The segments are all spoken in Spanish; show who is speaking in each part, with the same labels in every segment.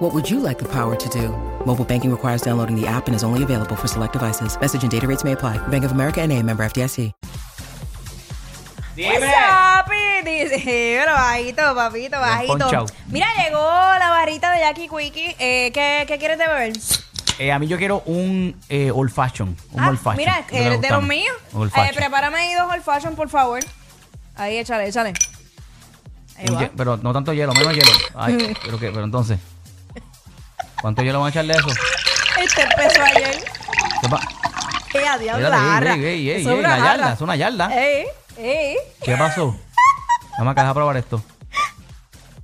Speaker 1: What would you like the power to do? Mobile banking requires downloading the app and is only available for select devices. Message and data rates may apply. Bank of America and a member FDIC.
Speaker 2: What's
Speaker 3: Dime.
Speaker 2: up, it is- Dímelo, bajito, papito, bajito.
Speaker 3: ponchao.
Speaker 2: Mira, llegó la barrita de Jackie Quickie. Eh, ¿qué, qué quieres de beber?
Speaker 3: Eh, a mí yo quiero un eh, old fashion. Un
Speaker 2: Ah,
Speaker 3: old fashion.
Speaker 2: mira,
Speaker 3: que me
Speaker 2: eres
Speaker 3: gusta
Speaker 2: de
Speaker 3: a
Speaker 2: los
Speaker 3: mí.
Speaker 2: míos.
Speaker 3: Old
Speaker 2: Eh,
Speaker 3: fashion.
Speaker 2: prepárame ahí dos old fashion, por favor. Ahí, échale, échale. Ahí
Speaker 3: Un
Speaker 2: va.
Speaker 3: ye- pero no tanto hielo, menos hielo. Ay, pero, que, pero entonces. ¿Cuánto hielo van a echarle a eso?
Speaker 2: Este empezó ayer.
Speaker 3: ¿Qué pa-
Speaker 2: ¡Qué adiós,
Speaker 3: Espérate,
Speaker 2: la jarra.
Speaker 3: ey, ey, ey,
Speaker 2: Eso
Speaker 3: ey,
Speaker 2: es
Speaker 3: ey,
Speaker 2: una
Speaker 3: una yarda,
Speaker 2: jarra.
Speaker 3: es una yarda.
Speaker 2: Ey, ey.
Speaker 3: ¿Qué pasó? Vamos acá, deja probar esto.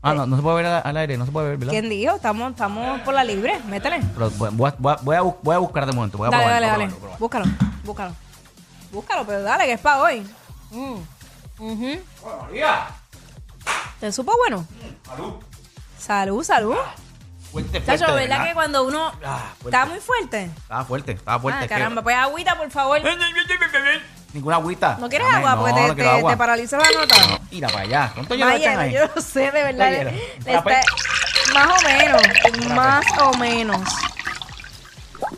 Speaker 3: Ah, no, no se puede ver al, al aire, no se puede ver, ¿verdad?
Speaker 2: ¿Quién dijo? Estamos, estamos por la libre. Métele.
Speaker 3: Pero voy, voy a- voy a- voy a, bu- voy a buscar de momento, voy a
Speaker 2: Dale,
Speaker 3: probar.
Speaker 2: dale,
Speaker 3: voy a
Speaker 2: dale.
Speaker 3: probar, voy a probar.
Speaker 2: Búscalo, búscalo. Búscalo, pero dale, que es para hoy. Mm. Ujú. ¿Te supo bueno? Salud. Salud, salud.
Speaker 3: Fuerte, fuerte,
Speaker 2: Chacho,
Speaker 3: de
Speaker 2: ¿verdad
Speaker 3: verdad.
Speaker 2: que cuando uno
Speaker 3: Ah, fuerte.
Speaker 2: está muy fuerte?
Speaker 3: Estaba fuerte, estaba fuerte.
Speaker 2: Ah,
Speaker 3: es que-
Speaker 2: caramba, pues agüita, por favor.
Speaker 3: Ninguna agüita.
Speaker 2: ¿No quieres
Speaker 3: Dame,
Speaker 2: agua?
Speaker 3: no,
Speaker 2: Porque
Speaker 3: no
Speaker 2: te,
Speaker 3: quiero
Speaker 2: te-
Speaker 3: agua.
Speaker 2: te paraliza la nota.
Speaker 3: No, mira para allá. ¿Cuánto hielo
Speaker 2: Más
Speaker 3: echan
Speaker 2: lleno,
Speaker 3: ahí?
Speaker 2: yo no sé, de verdad.
Speaker 3: Está
Speaker 2: le-
Speaker 3: lleno.
Speaker 2: le
Speaker 3: Frappé.
Speaker 2: está- más o menos, más o menos.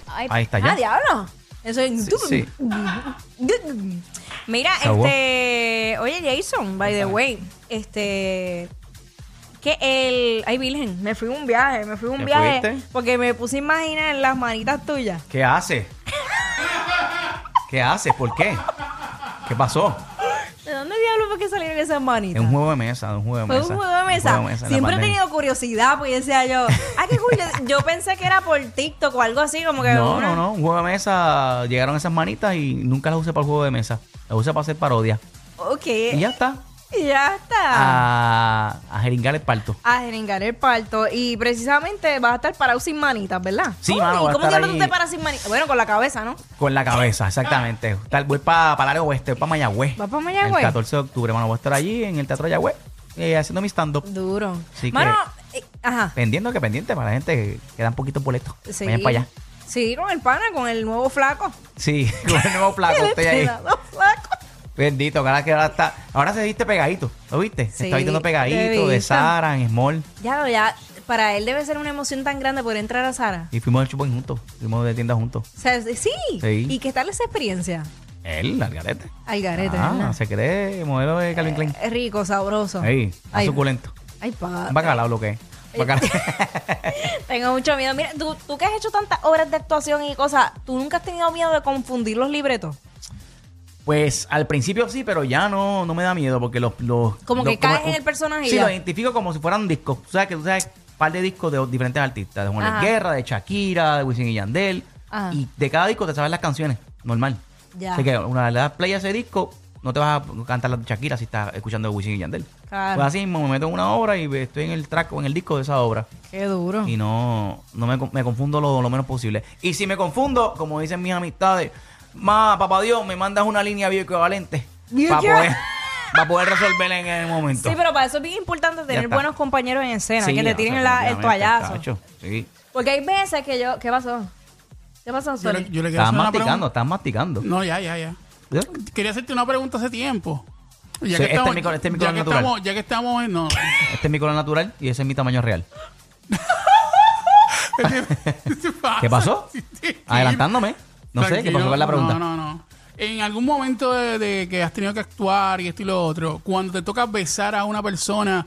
Speaker 2: Ay,
Speaker 3: Ahí está, ya.
Speaker 2: Ah, diablo. Eso es...
Speaker 3: sí.
Speaker 2: Mira,
Speaker 3: Se ahogó.
Speaker 2: este... Oye, Jason, by the way, este... Que el... Ay, virgen, me fui a un viaje, me fui a un
Speaker 3: ¿Te
Speaker 2: viaje.
Speaker 3: fuiste?
Speaker 2: Porque me puse a imaginar las manitas tuyas.
Speaker 3: ¿Qué haces? ¿Qué haces? ¿Por qué? ¿Qué pasó?
Speaker 2: ¿De dónde diablo fue que salieron esas
Speaker 3: Es
Speaker 2: manitas?
Speaker 3: un juego de mesa, un juego de
Speaker 2: Fue
Speaker 3: mesa.
Speaker 2: un juego de mesa.
Speaker 3: en la
Speaker 2: Siempre he
Speaker 3: pandemia.
Speaker 2: tenido curiosidad, pues yo decía yo, ah, qué cool. Yo, yo pensé que era por TikTok o algo así, como que.
Speaker 3: No,
Speaker 2: una-
Speaker 3: no, no. Un juego de mesa. Llegaron esas manitas y nunca las usé para el juego de mesa. Las usé para hacer parodia.
Speaker 2: Ok.
Speaker 3: Y ya Ah. está.
Speaker 2: Y ya está. ah.
Speaker 3: A, a jeringar el parto.
Speaker 2: A jeringar el parto. Y precisamente vas a estar parado sin manitas, ¿verdad?
Speaker 3: Sí,
Speaker 2: Uy,
Speaker 3: mano, voy a
Speaker 2: ¿Cómo
Speaker 3: estar
Speaker 2: diablos tú
Speaker 3: ahí.
Speaker 2: te paras sin manitas? Bueno, con la cabeza, ¿no?
Speaker 3: Con la cabeza, exactamente. Tal, voy para pa Área Oeste, voy para Mayagüez.
Speaker 2: ¿Vas pa' Mayagüez?
Speaker 3: El 14 de octubre, mano. Voy a estar allí en el Teatro Mayagüez eh, haciendo mi stand-up.
Speaker 2: Duro.
Speaker 3: Sí que-
Speaker 2: Mano, eh, ajá.
Speaker 3: Pendiente que pendiente para la gente que quedan poquitos boletos.
Speaker 2: Sí.
Speaker 3: Vayan para allá.
Speaker 2: Sí, con el pana, con el nuevo flaco.
Speaker 3: Sí, con el nuevo plato.
Speaker 2: El
Speaker 3: Estoy ahí.
Speaker 2: entrenador flaco.
Speaker 3: Bendito, cara que ahora está. Ahora se viste pegadito. ¿Lo viste?
Speaker 2: Sí,
Speaker 3: se está vistiendo
Speaker 2: te
Speaker 3: pegadito
Speaker 2: he
Speaker 3: de
Speaker 2: visto.
Speaker 3: Sara en Small.
Speaker 2: Ya, ya. Para él debe ser una emoción tan grande poder entrar a Sara.
Speaker 3: Y fuimos al chupón juntos. Fuimos de tienda juntos.
Speaker 2: O sea, sí.
Speaker 3: Sí.
Speaker 2: ¿Y qué tal esa experiencia?
Speaker 3: Él, al garete.
Speaker 2: Al garete,
Speaker 3: Ah,
Speaker 2: ¿verdad?
Speaker 3: se cree modelo de Calvin Klein.
Speaker 2: Es rico, sabroso.
Speaker 3: Ahí, más
Speaker 2: Ay, ah, eh,
Speaker 3: suculento.
Speaker 2: Ay, pa.
Speaker 3: Un bacalao lo que es. Bacalao.
Speaker 2: Tengo mucho miedo. Mira, tú, tú que has hecho tantas obras de actuación y cosas, ¿tú nunca has tenido miedo de confundir los libretos?
Speaker 3: Pues al principio sí, pero ya no, no me da miedo porque los. los
Speaker 2: Como que
Speaker 3: los-
Speaker 2: caes en el personaje y
Speaker 3: Sí,
Speaker 2: ya.
Speaker 3: los identifico como si fueran discos. Tú sabes que tú sabes un par de discos de diferentes artistas: de Juan Luis
Speaker 2: Ajá.
Speaker 3: Guerra, de Shakira, de Wisin y Yandel.
Speaker 2: Ajá.
Speaker 3: Y de cada disco te sabes las canciones, normal.
Speaker 2: Ya.
Speaker 3: Así que una le das play a ese disco, no te vas a cantar la de Shakira si estás escuchando de Wisin y Yandel.
Speaker 2: Claro.
Speaker 3: Pues así mismo me meto en una obra y estoy en el track o en el disco de esa obra.
Speaker 2: Qué duro.
Speaker 3: Y no, no me, con- me confundo lo, lo menos posible. Y si me confundo, como dicen mis amistades, ma, papá Dios, me mandas una línea bioequivalente
Speaker 2: Bien,
Speaker 3: para
Speaker 2: ya.
Speaker 3: poder, pa' poder resolverla en el momento.
Speaker 2: Sí, pero para eso es bien importante tener
Speaker 3: está.
Speaker 2: buenos compañeros en escena,
Speaker 3: Sí,
Speaker 2: que te
Speaker 3: o
Speaker 2: tiren
Speaker 3: sea,
Speaker 2: la- el
Speaker 3: definitivamente,
Speaker 2: toallazo.
Speaker 3: tacho, Sí.
Speaker 2: Porque hay veces que yo. ¿Qué pasó? ¿Qué pasó,
Speaker 4: Yo
Speaker 2: Sony?
Speaker 4: le, yo le quiero
Speaker 3: Estás
Speaker 4: hacer una
Speaker 3: masticando,
Speaker 4: pregunta.
Speaker 3: estás masticando. ¿Eh?
Speaker 4: No, ya, ya, ya.
Speaker 3: ¿Sí?
Speaker 4: Quería hacerte una pregunta hace tiempo.
Speaker 3: Sí, este es mi color- este es mi
Speaker 4: ya
Speaker 3: color
Speaker 4: que
Speaker 3: natural.
Speaker 4: estamos, ya que estamos en. No.
Speaker 3: Este es mi color natural y ese es mi tamaño real. ¿Qué pasó? Adelantándome. No sé, ¿qué pasó con la pregunta?
Speaker 4: No, no, no. En algún momento de, de que has tenido que actuar y esto y lo otro, cuando te toca besar a una persona,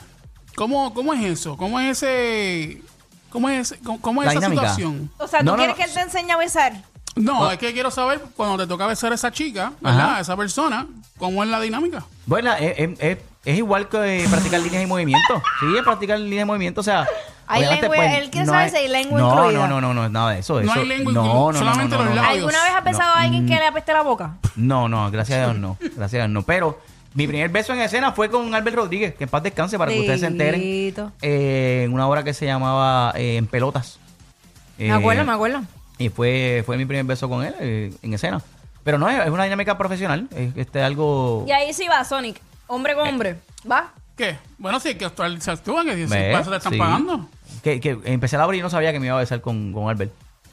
Speaker 4: ¿cómo, cómo es eso? ¿Cómo es ese. ¿Cómo es, ese- cómo, cómo es
Speaker 3: La
Speaker 4: esa
Speaker 3: dinámica.
Speaker 4: situación?
Speaker 2: O sea, ¿tú
Speaker 3: No, no,
Speaker 2: quieres
Speaker 3: no.
Speaker 2: que él te enseñe a besar?
Speaker 4: No, es que quiero saber cuando te toca besar a esa chica, ¿verdad?
Speaker 3: Ajá.
Speaker 4: A esa persona, ¿cómo es la dinámica?
Speaker 3: Bueno, es, es- es- es igual que eh, practicar líneas y movimientos. Sí, es practicar líneas y movimientos. O sea,
Speaker 2: Hay
Speaker 3: obviamente, pues,
Speaker 2: lengua- él quiere saber si hay lengua
Speaker 3: no,
Speaker 2: incluida.
Speaker 3: No, no, no, no, nada de eso.
Speaker 4: No
Speaker 3: eso-
Speaker 4: hay lengua
Speaker 3: no,
Speaker 4: incluida,
Speaker 3: no, no,
Speaker 4: solamente
Speaker 3: no, no,
Speaker 4: los
Speaker 3: no.
Speaker 4: labios.
Speaker 2: ¿Alguna vez has besado a alguien que le apeste la boca?
Speaker 3: No, no, gracias a Dios no. Gracias a Dios no. Pero mi primer beso en escena fue con Albert Rodríguez, que en paz descanse para que ustedes se enteren.
Speaker 2: Bendito.
Speaker 3: Eh, en una obra que se llamaba eh, En Pelotas. Mm. Eh,
Speaker 2: Me acuerdo, me acuerdo.
Speaker 3: Y fue, fue mi primer beso con él eh, en escena. Pero no, es es una dinámica profesional. Es este, algo.
Speaker 2: Y ahí sí va, Sonic. Hombre
Speaker 3: Eh.
Speaker 2: con hombre. ¿Va?
Speaker 4: ¿Qué? Bueno, sí, que actual- se actúa, que si
Speaker 3: ¿Ves?
Speaker 4: pasa te están
Speaker 3: Sí.
Speaker 4: pagando.
Speaker 3: Que, que empecé a abrir y no sabía que me iba a besar con, con Albert.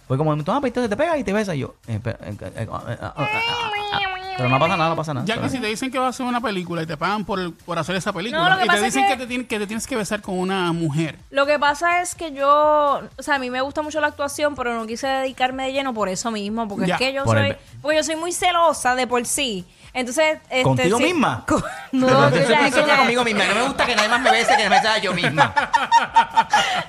Speaker 3: Fue como, ah, pues entonces te pegas y te besas. Y yo, eh, pe- eh, eh, eh, ah, ah, ah, ah, ah. pero no pasa nada, no pasa nada.
Speaker 4: Ya que
Speaker 3: Pero-
Speaker 4: si te dicen que vas a hacer una película y te pagan por, por hacer esa película,
Speaker 2: No, lo que
Speaker 4: y te
Speaker 2: pasa es
Speaker 4: dicen
Speaker 2: que-
Speaker 4: que... te, tien- que te tienes que besar con una mujer.
Speaker 2: Lo que pasa es que yo, o sea, a mí me gusta mucho la actuación, pero no quise dedicarme de lleno por eso mismo, porque
Speaker 4: Ya,
Speaker 2: es que yo
Speaker 3: por el
Speaker 2: soy,
Speaker 3: be-
Speaker 2: porque yo soy muy celosa de por sí. Entonces, este,
Speaker 3: ¿Contigo
Speaker 2: sí-
Speaker 3: misma?
Speaker 2: Con- no,
Speaker 3: Pero
Speaker 2: o sea,
Speaker 3: yo soy muy
Speaker 2: que
Speaker 3: celosa
Speaker 2: ya-
Speaker 3: conmigo misma. No me gusta que nadie más me bese que me bese yo misma.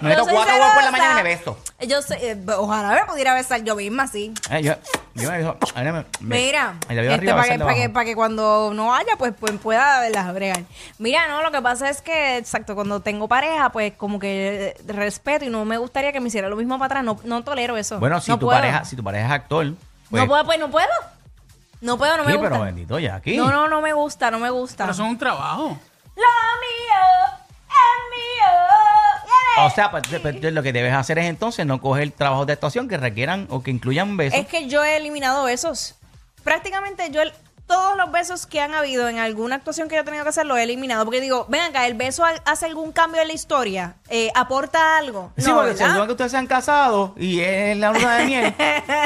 Speaker 3: Me meto
Speaker 2: yo soy
Speaker 3: cuatro huevos por la
Speaker 2: celosa.
Speaker 3: mañana y me beso.
Speaker 2: Yo soy- eh, ojalá me pudiera besar yo misma, sí.
Speaker 3: Eh, yo, yo me beso. Ahí me- me-
Speaker 2: Mira,
Speaker 3: el de arriba,
Speaker 2: este, para,
Speaker 3: besar
Speaker 2: que,
Speaker 3: el de
Speaker 2: para que-
Speaker 3: abajo.
Speaker 2: para que cuando no haya, pues, pues pueda las bregar. Mira, no, lo que pasa es que, exacto, cuando tengo pareja, pues como que eh, respeto y no me gustaría que me hiciera lo mismo para atrás. No, no tolero eso.
Speaker 3: Bueno, si
Speaker 2: No
Speaker 3: tu
Speaker 2: puedo.
Speaker 3: pareja, si tu pareja es actor, pues,
Speaker 2: no puedo, pues no puedo. No puedo, no me
Speaker 3: sí,
Speaker 2: gusta.
Speaker 3: pero bendito ya aquí.
Speaker 2: No, no, no me gusta, no me gusta.
Speaker 4: Pero eso es un trabajo.
Speaker 2: Lo mío, es mío. yeah.
Speaker 3: O sea, pues, te- pues, lo que debes hacer es entonces no coger trabajos de actuación que requieran o que incluyan besos.
Speaker 2: Es que yo he eliminado besos. Prácticamente yo el- todos los besos que han habido en alguna actuación que yo he tenido que hacer los he eliminado. Porque digo, ven acá, ¿el beso ha- hace algún cambio en la historia? Eh, ¿Aporta algo?
Speaker 3: Sí,
Speaker 2: No,
Speaker 3: porque se
Speaker 2: ¿verdad?
Speaker 3: supone que ustedes se han casado y es la luna de miel.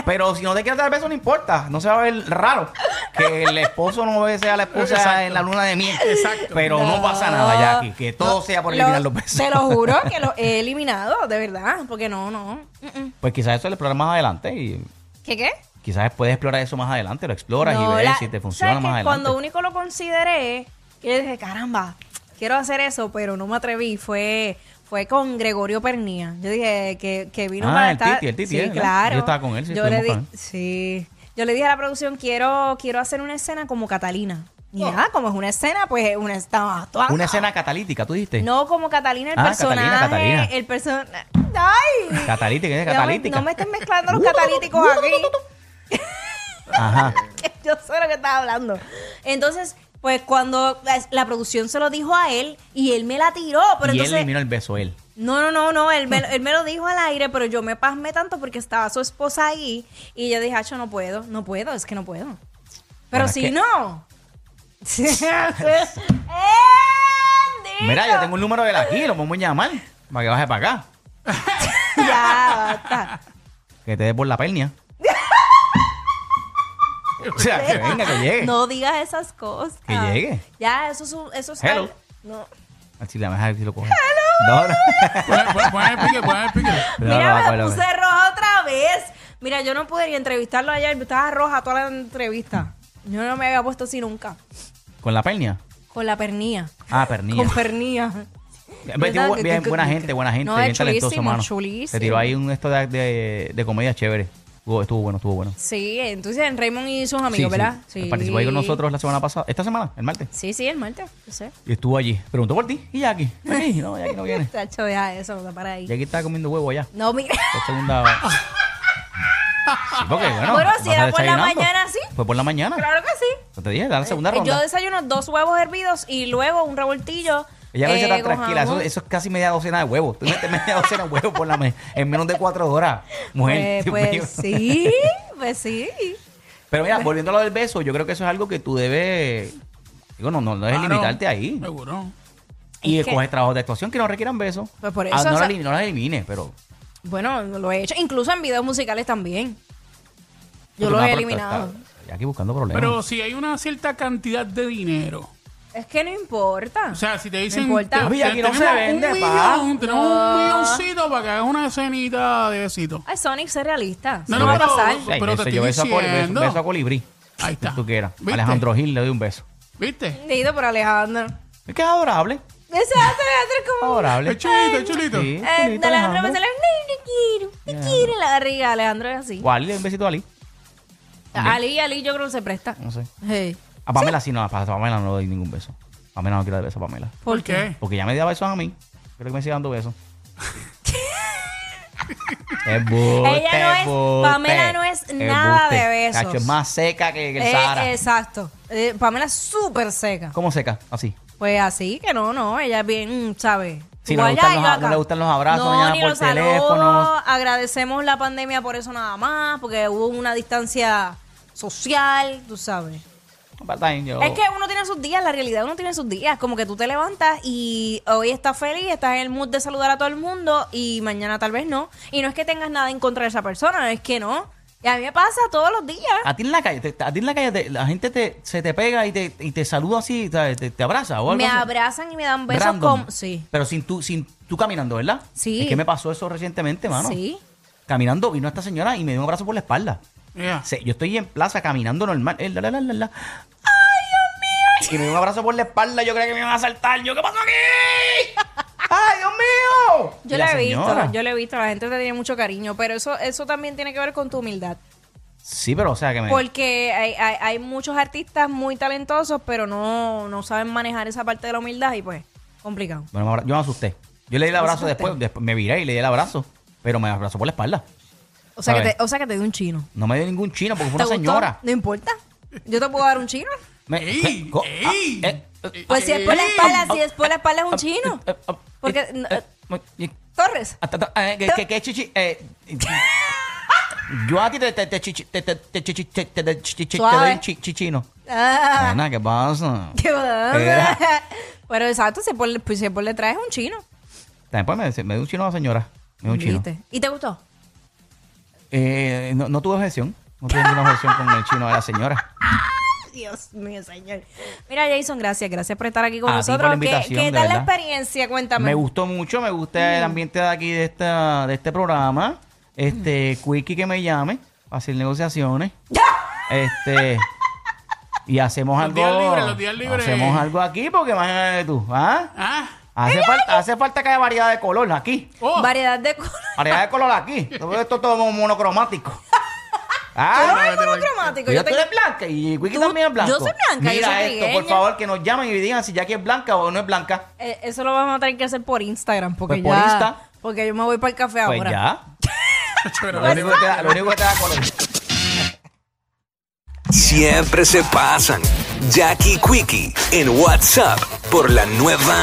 Speaker 3: pero si no te quieres dar beso, no importa. No se va a ver raro que el esposo no bese a la esposa
Speaker 4: Exacto.
Speaker 3: en la luna de miel.
Speaker 4: Exacto.
Speaker 3: Pero no, pasa nada, Jackie. Que todo
Speaker 2: No,
Speaker 3: sea por
Speaker 2: lo-
Speaker 3: eliminar los besos.
Speaker 2: Te lo juro que los he eliminado, de verdad. Porque no, no. Mm, mm.
Speaker 3: Pues quizás eso lo exploras más adelante y
Speaker 2: ¿Qué qué?
Speaker 3: quizás puedes explorar eso más adelante. Lo exploras
Speaker 2: No,
Speaker 3: y ves
Speaker 2: la-
Speaker 3: si te
Speaker 2: ¿sabes
Speaker 3: funciona
Speaker 2: qué?
Speaker 3: más adelante.
Speaker 2: Cuando único lo consideré, que yo dije, caramba, quiero hacer eso, pero no me atreví. Fue fue con Gregorio Pernía. Yo dije que, que vino
Speaker 3: Ah,
Speaker 2: para
Speaker 3: el
Speaker 2: estar-
Speaker 3: Titi, el Titi,
Speaker 2: Sí,
Speaker 3: ¿eh?
Speaker 2: claro.
Speaker 3: Yo estaba con él, sí,
Speaker 2: yo le
Speaker 3: estuvimos
Speaker 2: di-
Speaker 3: con él.
Speaker 2: sí. Yo le dije a la producción, quiero, quiero hacer una escena como Catalina. Y nada, como es una escena, pues es una estaba actuando.
Speaker 3: Oh. Una escena catalítica, tú dijiste.
Speaker 2: No, como Catalina, el
Speaker 3: Ah,
Speaker 2: personaje.
Speaker 3: Catalina, Catalina.
Speaker 2: El personaje. ¡Ay!
Speaker 3: Catalítica, es
Speaker 2: No me-
Speaker 3: catalítica. Uh,
Speaker 2: No me, estén mezclando los catalíticos aquí.
Speaker 3: Ajá.
Speaker 2: Yo sé lo que estaba hablando. Entonces, pues cuando la, la producción se lo dijo a él y él me la tiró, pero
Speaker 3: y él
Speaker 2: entonces...
Speaker 3: eliminó el beso, él.
Speaker 2: No, no, no, no, él me, él me lo dijo al aire, pero yo me pasmé tanto porque estaba su esposa ahí y yo dije, Acho, no puedo, no puedo, es que no puedo. Pero
Speaker 3: Bueno, es
Speaker 2: si
Speaker 3: que-
Speaker 2: no...
Speaker 3: Mira,
Speaker 2: Mira,
Speaker 3: yo tengo un número de él aquí, lo podemos llamar para que baje para acá.
Speaker 2: Ya, basta.
Speaker 3: Que te dé por la pernia. o sea, que venga, que llegue.
Speaker 2: No digas esas cosas.
Speaker 3: Que llegue.
Speaker 2: Ya, eso es un... Eso es
Speaker 3: Hello.
Speaker 2: No.
Speaker 3: Así Ah, la deja ver si lo coge. No, no.
Speaker 4: Pon- pon- Pon el pique, pon el pique.
Speaker 3: No, no,
Speaker 2: Mira,
Speaker 3: no,
Speaker 2: me
Speaker 3: no.
Speaker 2: puse roja otra vez. Mira, yo no pude ni entrevistarlo ayer. Estaba roja toda la entrevista. Yo no me había puesto así nunca.
Speaker 3: ¿Con la pernia?
Speaker 2: Con la pernía.
Speaker 3: Ah, pernilla.
Speaker 2: Con pernía.
Speaker 3: Bien, bien, bien, buena gente, buena gente,
Speaker 2: No,
Speaker 3: bien
Speaker 2: es chulísimo,
Speaker 3: talentoso, mano.
Speaker 2: chulísimo.
Speaker 3: Se tiró ahí un esto de, de, de comedia chévere. Estuvo, estuvo bueno, estuvo bueno.
Speaker 2: Sí, entonces en Raymond y sus amigos,
Speaker 3: Sí,
Speaker 2: ¿verdad?
Speaker 3: sí. Participó ahí con nosotros la semana pasada. Esta semana, el martes.
Speaker 2: Sí, sí, el martes. Yo sé.
Speaker 3: Y estuvo allí. Preguntó por ti. ¿Y Jackie? Jackie, No, Jackie no viene.
Speaker 2: Tacho, deja eso, no te para ahí.
Speaker 3: Jackie está comiendo huevo allá.
Speaker 2: No, mira.
Speaker 3: La segunda. Sí, porque, bueno,
Speaker 2: Bueno, si
Speaker 3: vas
Speaker 2: era por la
Speaker 3: desayunando.
Speaker 2: mañana, sí.
Speaker 3: pues. Fue por la mañana.
Speaker 2: Claro que sí.
Speaker 3: Yo te dije, da la segunda
Speaker 2: Eh, Yo
Speaker 3: ronda.
Speaker 2: desayuno dos huevos hervidos y luego un revoltillo.
Speaker 3: Ella lo dice
Speaker 2: eh,
Speaker 3: tan
Speaker 2: con
Speaker 3: tranquila. Eso,
Speaker 2: jamón.
Speaker 3: eso es casi media docena de huevos. Tú metes media docena de huevos por la me- en menos de cuatro horas. Mujer,
Speaker 2: Pues,
Speaker 3: Dios
Speaker 2: pues
Speaker 3: mío.
Speaker 2: sí, pues sí.
Speaker 3: Pero mira, volviendo a lo del beso, yo creo que eso es algo que tú debes. Digo, no, no, no debes
Speaker 4: Claro.
Speaker 3: limitarte ahí.
Speaker 4: Seguro.
Speaker 3: Y
Speaker 2: Es que-
Speaker 3: coges trabajos de actuación que no requieran besos.
Speaker 2: Pues por
Speaker 3: Ah,
Speaker 2: eso,
Speaker 3: no,
Speaker 2: o
Speaker 3: los
Speaker 2: sea-
Speaker 3: elimine- no los elimines, pero.
Speaker 2: Bueno, lo he hecho. Incluso en videos musicales también. Yo
Speaker 3: pero
Speaker 2: los
Speaker 3: nada,
Speaker 2: he
Speaker 3: pero
Speaker 2: eliminado.
Speaker 3: está- está aquí buscando problemas.
Speaker 4: Pero si hay una cierta cantidad de dinero.
Speaker 2: Es que no importa.
Speaker 4: O sea, si te dicen.
Speaker 2: No importa.
Speaker 4: te-
Speaker 3: Papi,
Speaker 4: te-
Speaker 3: aquí no se
Speaker 4: tenemos
Speaker 3: vende,
Speaker 4: un
Speaker 3: pa.
Speaker 4: millón, Tenemos
Speaker 2: No.
Speaker 4: un milloncito para que hagas una escenita de besito.
Speaker 2: Ay, Sonic, sé realista.
Speaker 4: No,
Speaker 2: No,
Speaker 4: no,
Speaker 2: va a
Speaker 4: pero-
Speaker 2: pasar.
Speaker 3: Sí,
Speaker 4: pero
Speaker 3: beso,
Speaker 4: te
Speaker 3: yo
Speaker 4: estoy
Speaker 3: beso a, coli- beso,
Speaker 4: diciendo.
Speaker 3: beso a Colibrí.
Speaker 4: Ahí está.
Speaker 3: Si tú quieras.
Speaker 4: ¿Viste?
Speaker 3: Alejandro Gil le doy un beso.
Speaker 4: ¿Viste?
Speaker 2: Te he ido por Alejandro.
Speaker 3: Es que es adorable.
Speaker 2: Ese otro es como...
Speaker 3: Adorable.
Speaker 4: Es chulito, es chulito.
Speaker 3: Sí,
Speaker 2: Eh,
Speaker 3: chulito,
Speaker 2: de Alejandro me
Speaker 3: Alejandro.
Speaker 2: sale... "No, Te quiero, te quiero. en La barriga Alejandro es así.
Speaker 3: O a Ali, le doy un besito a Ali.
Speaker 2: Ali, Ali, yo creo que se presta.
Speaker 3: No sé.
Speaker 2: Hey,
Speaker 3: A Pamela sí, no, a Pa- a Pamela no le doy ningún beso. Pamela no quiero dar beso a Pamela.
Speaker 4: ¿Por qué?
Speaker 3: Porque ya me dio besos a mí. Creo que me sigue dando besos. es buste,
Speaker 2: Ella no es- Pamela no es nada de besos.
Speaker 3: Cacho, es más seca que, que el
Speaker 2: Eh,
Speaker 3: Sahara.
Speaker 2: exacto. Eh, Pamela es súper seca.
Speaker 3: ¿Cómo seca? Así.
Speaker 2: Pues así que no, no, ella es bien, ¿sabes?
Speaker 3: Sí, no le gustan los- no le gustan los abrazos, no llama por teléfono.
Speaker 2: Agradecemos la pandemia por eso nada más, porque hubo una distancia social, tú sabes.
Speaker 3: Part-time, yo-
Speaker 2: Es que uno tiene sus días, la realidad uno tiene sus días. Como que tú te levantas y hoy estás feliz, estás en el mood de saludar a todo el mundo y mañana tal vez no. Y no es que tengas nada en contra de esa persona, es que no. Y a mí me pasa todos los días.
Speaker 3: A ti en la calle, te- a ti en la calle te- la gente te, se te pega y te, y te saluda así, ¿sabes? te, te abraza o algo
Speaker 2: Me
Speaker 3: así.
Speaker 2: abrazan y me dan besos
Speaker 3: Random.
Speaker 2: como. Sí.
Speaker 3: Pero sin tú, sin tú caminando, ¿verdad?
Speaker 2: Sí.
Speaker 3: Es que me pasó eso recientemente, mano.
Speaker 2: Sí.
Speaker 3: Caminando vino esta señora y me dio un abrazo por la espalda.
Speaker 4: Yeah.
Speaker 3: Se- yo estoy en plaza caminando normal. Eh, la, la, la, la, la. ¡Ay, Dios mío! Y me dio un abrazo por la espalda. Yo creía que me iban a saltar. Yo, ¿qué pasó aquí? ¡Ay, Dios mío!
Speaker 2: Yo
Speaker 3: Y
Speaker 2: lo
Speaker 3: la
Speaker 2: he visto,
Speaker 3: señora.
Speaker 2: yo lo he visto, la gente te tiene mucho cariño, pero eso, eso también tiene que ver con tu humildad.
Speaker 3: Sí, pero o sea que me.
Speaker 2: Porque hay, hay, hay muchos artistas muy talentosos, pero no, no saben manejar esa parte de la humildad y pues, complicado.
Speaker 3: Bueno, me abra- yo me asusté. Yo le di el abrazo
Speaker 2: asustaste?
Speaker 3: después, después. Me viré y le di el abrazo. Pero me abrazó por la espalda.
Speaker 2: O sea, que
Speaker 3: ¿Sabes?
Speaker 2: te, o sea que te dio un chino.
Speaker 3: No me dio ningún chino porque fue
Speaker 2: ¿Te
Speaker 3: una
Speaker 2: gustó?
Speaker 3: señora.
Speaker 2: No importa. Yo te puedo dar un chino.
Speaker 3: Me-
Speaker 4: ¡Ey!
Speaker 3: co-
Speaker 4: ¡Ey!
Speaker 3: ah, eh, eh,
Speaker 2: Pues si es por la
Speaker 4: ¡Ey!
Speaker 2: espalda, si es por la espalda es un chino.
Speaker 3: eh, ah,
Speaker 2: Porque,
Speaker 3: eh,
Speaker 2: no,
Speaker 3: eh, eh,
Speaker 2: Torres.
Speaker 3: ah, ta- ta- eh, que- que- que chichi, eh, Yo a ti te te- te chichi- te- te- te chichi- te- te- te chichi- te
Speaker 2: Suave.
Speaker 3: doy chi- chichino.
Speaker 2: Ah,
Speaker 3: Ana, ¿qué pasa?
Speaker 2: qué
Speaker 3: Era.
Speaker 2: bonita. Pero exacto, si es por, pues, si es por detrás es un chino.
Speaker 3: Después pues me, dice- me dio un chino a la señora. Me dio un chino.
Speaker 2: ¿Viste? ¿Y te gustó?
Speaker 3: Eh, no, no tuve objeción. No tuve ninguna objeción con el chino de la señora.
Speaker 2: Dios mío, señor. Mira, Jason, gracias. Gracias por estar aquí con
Speaker 3: A ti por la
Speaker 2: nosotros. ¿Qué,
Speaker 3: invitación,
Speaker 2: qué
Speaker 3: de
Speaker 2: tal la
Speaker 3: verdad.
Speaker 2: experiencia? Cuéntame.
Speaker 3: Me gustó mucho, me gusta el ambiente de aquí de esta, de este programa. Este, Quickie que me llame para hacer negociaciones. Este. Y hacemos
Speaker 4: Los
Speaker 3: algo.
Speaker 4: días libres, los días libres.
Speaker 3: Hacemos algo aquí porque imagínate tú. ¿ah?
Speaker 4: Ah,
Speaker 3: Hace, falta, hace falta que haya variedad de color aquí.
Speaker 4: oh,
Speaker 2: Variedad de colores.
Speaker 3: Variedad de color aquí. No veo Esto es todo monocromático. Ah,
Speaker 2: Yo no soy monocromático.
Speaker 3: Yo
Speaker 2: Yo
Speaker 3: tú
Speaker 2: tengo-
Speaker 3: eres blanca y Wiki
Speaker 2: Tú-
Speaker 3: también es blanco.
Speaker 2: yo soy blanca, yo
Speaker 3: Mira
Speaker 2: soy
Speaker 3: esto, por
Speaker 2: trigueña.
Speaker 3: favor, que nos llamen y digan si Jackie es blanca o no es blanca.
Speaker 2: Eh, eso lo vamos a tener que hacer por Instagram. Porque
Speaker 3: Pues por
Speaker 2: ya-
Speaker 3: Insta.
Speaker 2: Porque yo me voy para el café
Speaker 3: Pues
Speaker 2: ahora.
Speaker 3: ya.
Speaker 4: pero-
Speaker 3: Lo único que te da- lo único que te da color.
Speaker 5: Siempre se pasan. Jackie Quickie en WhatsApp por la nueva